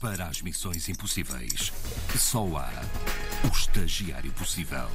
Para as missões impossíveis, só há o estagiário possível.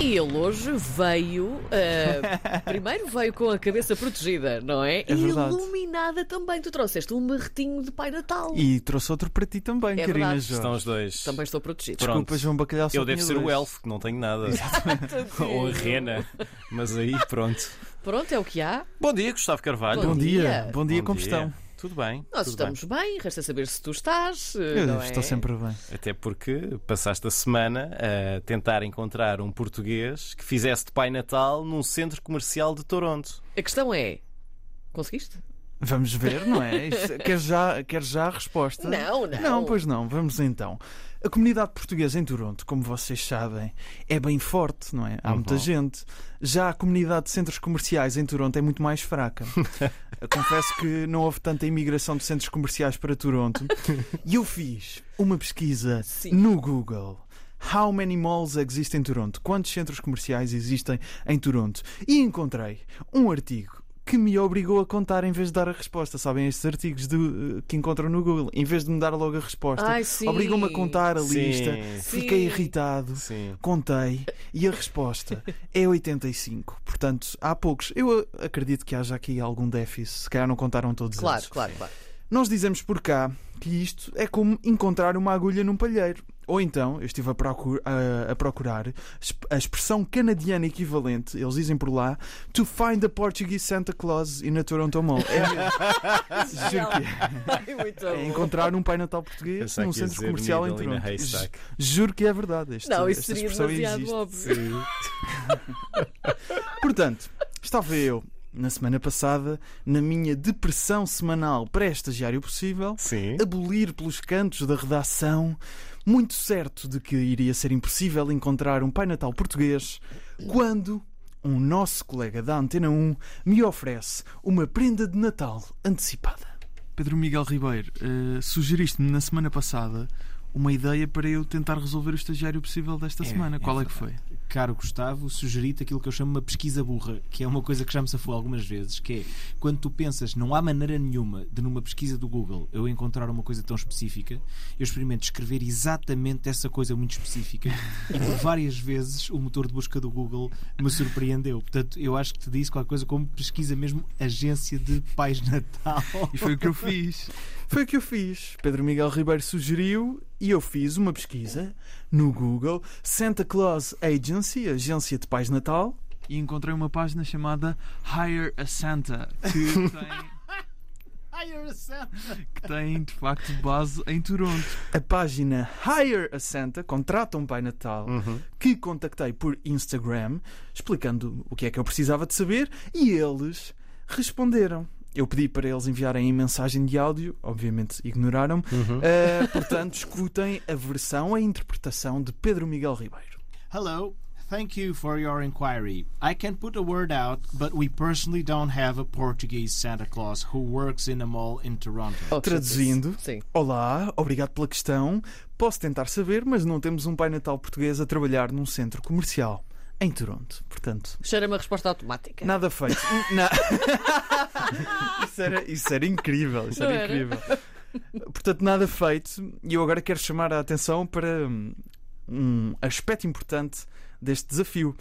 E ele hoje veio. ah, primeiro veio com a cabeça protegida, não é? e verdade. iluminada também. Tu trouxeste um marretinho de Pai Natal. E trouxe outro para ti também, É Karina verdade. Jó. Estão os dois. Também estou protegido. Pronto. Desculpa, João Bacalhau só Eu devo tinha ser o dois. elfo, que não tenho nada. um Ou a rena. Mas aí, pronto. Pronto, é o que há. Bom dia, Gustavo Carvalho. Bom dia, Bom bom dia, como estão? Tudo bem. Nós tudo estamos bem. resta saber se tu estás. Eu não estou é? sempre bem. bem. Até porque passaste a semana a tentar encontrar um português que fizesse de Pai Natal num centro comercial de Toronto. A questão é. Conseguiste? Vamos ver, não é? Isto- Quer já, quer já a resposta? Não, não. Não, pois não. Vamos então. A comunidade portuguesa em Toronto, como vocês sabem, é bem forte, não é? Uhum. Há muita gente. Já a comunidade de centros comerciais em Toronto é muito mais fraca. Eu confesso que não houve tanta imigração de centros comerciais para Toronto. E eu fiz uma pesquisa Sim. no Google. How many malls exist em Toronto? Quantos centros comerciais existem em Toronto? E encontrei um artigo que me obrigou a contar em vez de dar a resposta. Sabem, estes artigos do- eh, que encontram no Google, em vez de me dar logo a resposta, Ai, sim. obrigou-me a contar a Sim. lista. Sim. Fiquei irritado. Sim. Contei e a resposta é 85. Portanto, há poucos. Eu acredito que haja aqui algum déficit. Se calhar não contaram todos Claro, eles. claro, claro. Nós dizemos por cá que isto é como encontrar uma agulha num palheiro. Ou então, eu estive a, procu- a- a procurar exp- a expressão canadiana equivalente, eles dizem por lá, to find a Portuguese Santa Claus in a Toronto Mall. É, juro que é. Ai, muito bom. Oh, É encontrar um Pai Natal português Pensava num que ia centro dizer comercial em needle in a Toronto. Ju- haystack. Juro que é verdade. Esta, Não, isso esta seria expressão demasiado existe. óbvio. Portanto, estava eu, na semana passada, na minha depressão semanal pré-estagiário possível, Sim. abolir pelos cantos da redação, muito certo de que iria ser impossível encontrar um Pai Natal português, quando um nosso colega da Antena 1 me oferece uma prenda de Natal antecipada. Pedro Miguel Ribeiro, eh, sugeriste-me na semana passada uma ideia para eu tentar resolver o estagiário possível desta semana. Qual é que foi? caro Gustavo, sugerir-te aquilo que eu chamo uma pesquisa burra, que é uma coisa que já me safou algumas vezes, que é quando tu pensas não há maneira nenhuma de numa pesquisa do Google eu encontrar uma coisa tão específica, eu experimento escrever exatamente essa coisa muito específica e por várias vezes o motor de busca do Google me surpreendeu. Portanto, eu acho que te disse qualquer coisa como pesquisa mesmo agência de Pais Natal. E foi o que eu fiz. Foi o que eu fiz. Pedro Miguel Ribeiro sugeriu e eu fiz uma pesquisa no Google Santa Claus Agency, agência de pais de Natal. E encontrei uma página chamada Hire a Santa, que tem, que tem de facto base em Toronto. A página Hire a Santa, contrata um pai Natal, que contactei por Instagram, explicando o que é que eu precisava de saber e eles responderam. Eu pedi para eles enviarem em mensagem de áudio, obviamente ignoraram. Uh, portanto, escutem a versão, a interpretação de Pedro Miguel Ribeiro. Hello. Thank you for your inquiry. I can put a word out, but we personally don't have a Portuguese Santa Claus who works in a mall in Toronto. Oh, que Traduzindo. chatice. Sim. Olá, obrigado pela questão. Posso tentar saber, mas não temos um Pai Natal português a trabalhar num centro comercial em Toronto. Portanto, Cheira-me a resposta automática. nada feito. Hum, na- isso, era, isso era incrível. Isso Não era era? incrível. Portanto, nada feito. E eu agora quero chamar a atenção para hum, um aspecto importante deste desafio.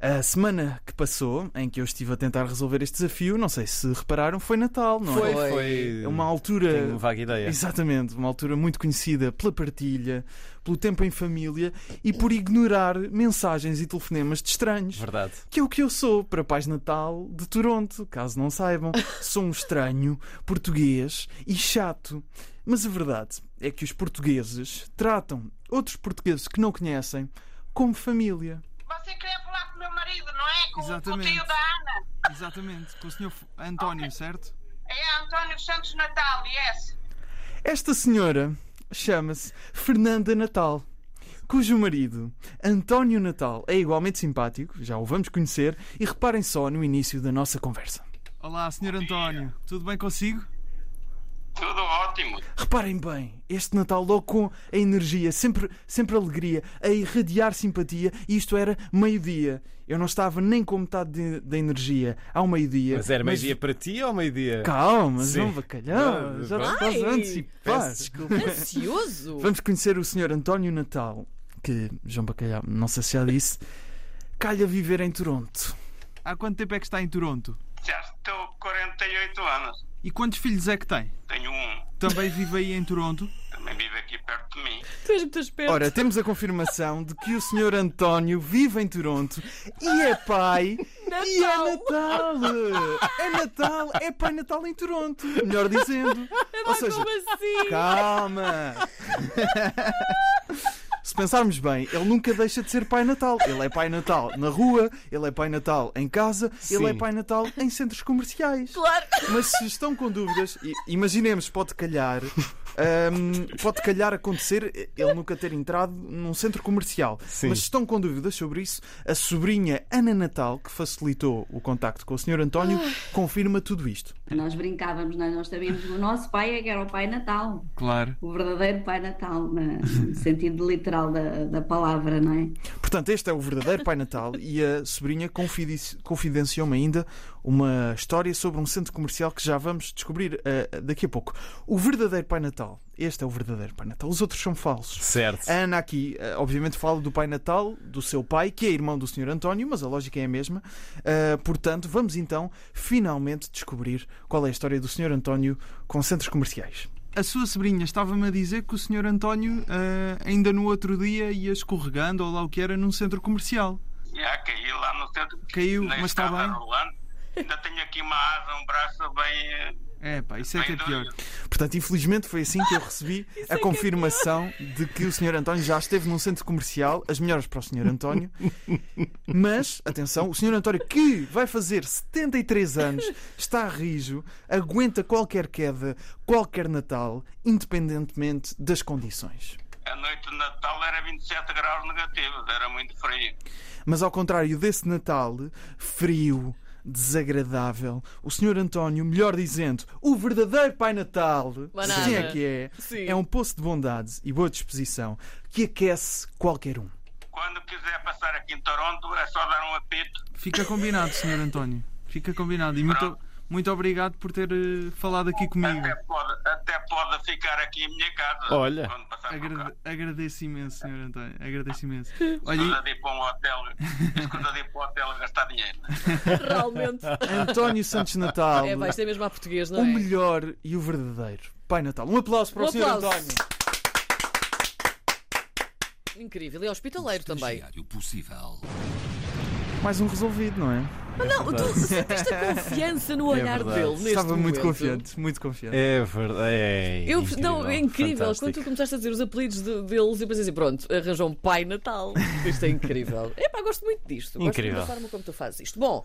A semana que passou, em que eu estive a tentar resolver este desafio, não sei se repararam, foi Natal, não é? Foi. Foi. É uma altura. Tenho uma vaga ideia. Exatamente, uma altura muito conhecida pela partilha, pelo tempo em família e por ignorar mensagens e telefonemas de estranhos. Verdade. Que é o que eu sou para Paz Natal de Toronto, caso não saibam. Sou um estranho, português e chato. Mas a verdade é que os portugueses tratam outros portugueses que não conhecem como família. Você queria falar com o meu marido, não é? Com Exatamente. o tio da Ana. Exatamente, com o senhor F- António, certo? É António Santos Natal, yes. Esta senhora chama-se Fernanda Natal, cujo marido, António Natal, é igualmente simpático, já o vamos conhecer, e reparem só no início da nossa conversa. Olá, senhor António, tudo bem consigo? Tudo ótimo. ótimo. Reparem bem, este Natal logo com a energia, sempre, sempre alegria, a irradiar simpatia, e isto era meio-dia. Eu não estava nem com metade de- da energia ao meio-dia. Mas era meio-dia para ti ou meio-dia? Calma, Sim. não bacalhau, Não, já te vai. estás a Ai, antecipar. peço desculpa. Ansioso. Vamos conhecer o Sr. António Natal, que João Bacalhau, não sei se já disse, calha viver em Toronto. Há quanto tempo é que está em Toronto? Já estou com 48 anos. E quantos filhos é que tem? Tenho um. Também vive aí em Toronto? Também vive aqui perto de mim. Tu és muito esperto. Ora, temos a confirmação de que o Sr. António vive em Toronto e é pai e é Natal. É Natal, é pai Natal em Toronto, melhor dizendo. É Ou seja, Como assim? calma. Se pensarmos bem, ele nunca deixa de ser Pai Natal. Ele é Pai Natal na rua, ele é Pai Natal em casa, ele é Sim. Pai Natal em centros comerciais. Claro. Mas se estão com dúvidas, i- imaginemos, pode calhar. hum, pode calhar acontecer ele nunca ter entrado num centro comercial. Sim. Mas se estão com dúvidas sobre isso, a sobrinha Ana Natal, que facilitou o contacto com o Sr. António, confirma tudo isto. Nós brincávamos, nós, nós sabíamos que o nosso pai é que era o Pai Natal, Claro. o verdadeiro Pai Natal, na- no sentido literal da, da palavra, não é? Portanto, este é o verdadeiro Pai Natal e a sobrinha confidi- confidenciou-me ainda uma história sobre um centro comercial que já vamos descobrir eh, daqui a pouco. O verdadeiro Pai Natal. Este é o verdadeiro Pai Natal. Os outros são falsos. Certo. A Ana aqui, eh, obviamente, fala do Pai Natal, do seu pai, que é irmão do Sr. António, mas a lógica é a mesma. Eh, portanto, vamos então finalmente descobrir qual é a história do Sr. António com centros comerciais. A sua sobrinha estava-me a dizer que o Sr. António ah, ainda no outro dia ia escorregando ou lá o que era num centro comercial. Já caí lá no centro. Caiu, na mas está escada bem. rolante. Ainda tenho aqui uma asa, um braço bem. eh, É pá, isso é que é bem pior. é doído. Portanto, infelizmente foi assim que eu recebi a confirmação de que o Sr. António já esteve num centro comercial. As melhoras para o Sr. António. Mas, atenção, o Sr. António, que vai fazer 73 anos, está rijo, aguenta qualquer queda, qualquer Natal, independentemente das condições. A noite de Natal era 27 graus negativos, era muito frio. Mas ao contrário desse Natal frio, desagradável, o Sr. António, melhor dizendo, o verdadeiro Pai Natal, Banana. quem é que é? Sim. É um poço de bondade e boa disposição que aquece qualquer um. Quando quiser passar aqui em Toronto, é só dar um apito. Fica combinado, Sr. António. Fica combinado. E muito, muito obrigado por ter eh, falado aqui comigo. Até pode, até pode ficar aqui em minha casa. Olha. Quando passar por cá. Agrade- agradeço imenso, Sr. António. Agradeço imenso. Escusa Olha, de ir para um hotel. Escusa de ir para um hotel a gastar dinheiro. Realmente. António Santos Natal, É, vai ser mesmo à português, não o é? melhor e o verdadeiro Pai Natal. Um aplauso para Um o Sr. aplauso. António. Incrível. E é hospitaleiro também. Diário possível. Mais um resolvido, não é? Não, tu sentiste a confiança no olhar É verdade. dele neste Estava muito momento. confiante, muito confiante. É verdade. É Eu, incrível. não, é incrível. Quando tu fantástico. começaste a dizer os apelidos de- deles, eu pensei assim: pronto, arranjou um pai Natal. Isto é incrível. Epá, gosto muito disto. Gosto muito Incrível. da forma como tu fazes isto. Bom,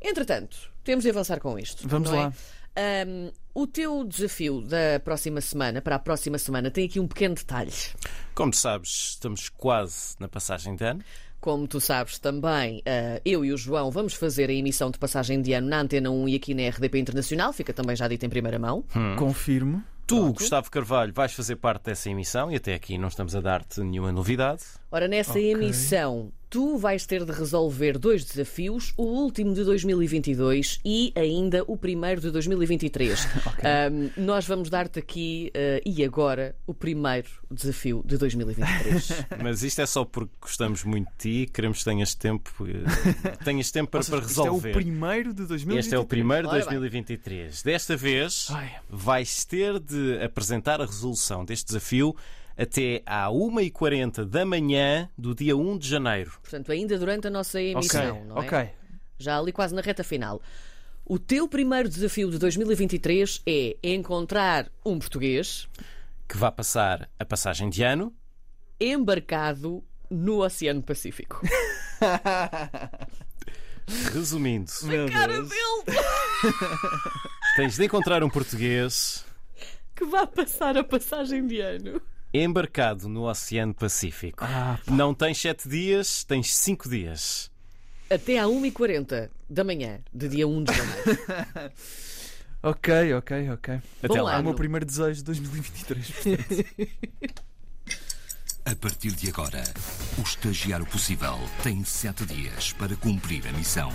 entretanto, temos de avançar com isto. Vamos não é? lá. Ahm, o teu desafio da próxima semana, para a próxima semana, tem aqui um pequeno detalhe. Como sabes, estamos quase na passagem de ano. Como tu sabes também, ah, eu e o João vamos fazer a emissão de passagem de ano na Antena 1 e aqui na RDP Internacional, fica também já dito em primeira mão. Hum. Confirmo. Tu, Gustavo Carvalho, vais fazer parte dessa emissão e até aqui não estamos a dar-te nenhuma novidade. Ora, nessa emissão, tu vais ter de resolver dois desafios: o último de 2022 e ainda o primeiro de 2023. Ahm, nós vamos dar-te aqui ah, e agora o primeiro desafio de 2023. Mas isto é só porque gostamos muito de ti e queremos que tenhas tempo, eh, tenhas tempo para, para Isto é o resolver. primeiro de 2023. Este é o primeiro de Ora bem. 2023. Desta vez Ai. vais ter de apresentar a resolução deste desafio até à 1h40 da manhã do dia 1 de janeiro. Portanto, ainda durante a nossa Ok, emissão, não é? ok. já ali quase na reta final. O teu primeiro desafio de 2023 é encontrar um português Que vai passar a passagem de ano. embarcado no Oceano Pacífico. Resumindo, Meu Deus. Ele tens de encontrar um português que vai passar a passagem de ano. embarcado no Oceano Pacífico. Ah, Não tens 7 dias, tens 5 dias. um Até à 1h40 da manhã de dia 1 de janeiro. Ok, ok, ok. Até Bom lá. É o meu ano. primeiro desejo de 2023. A partir de agora, o estagiário possível tem sete dias para cumprir a missão.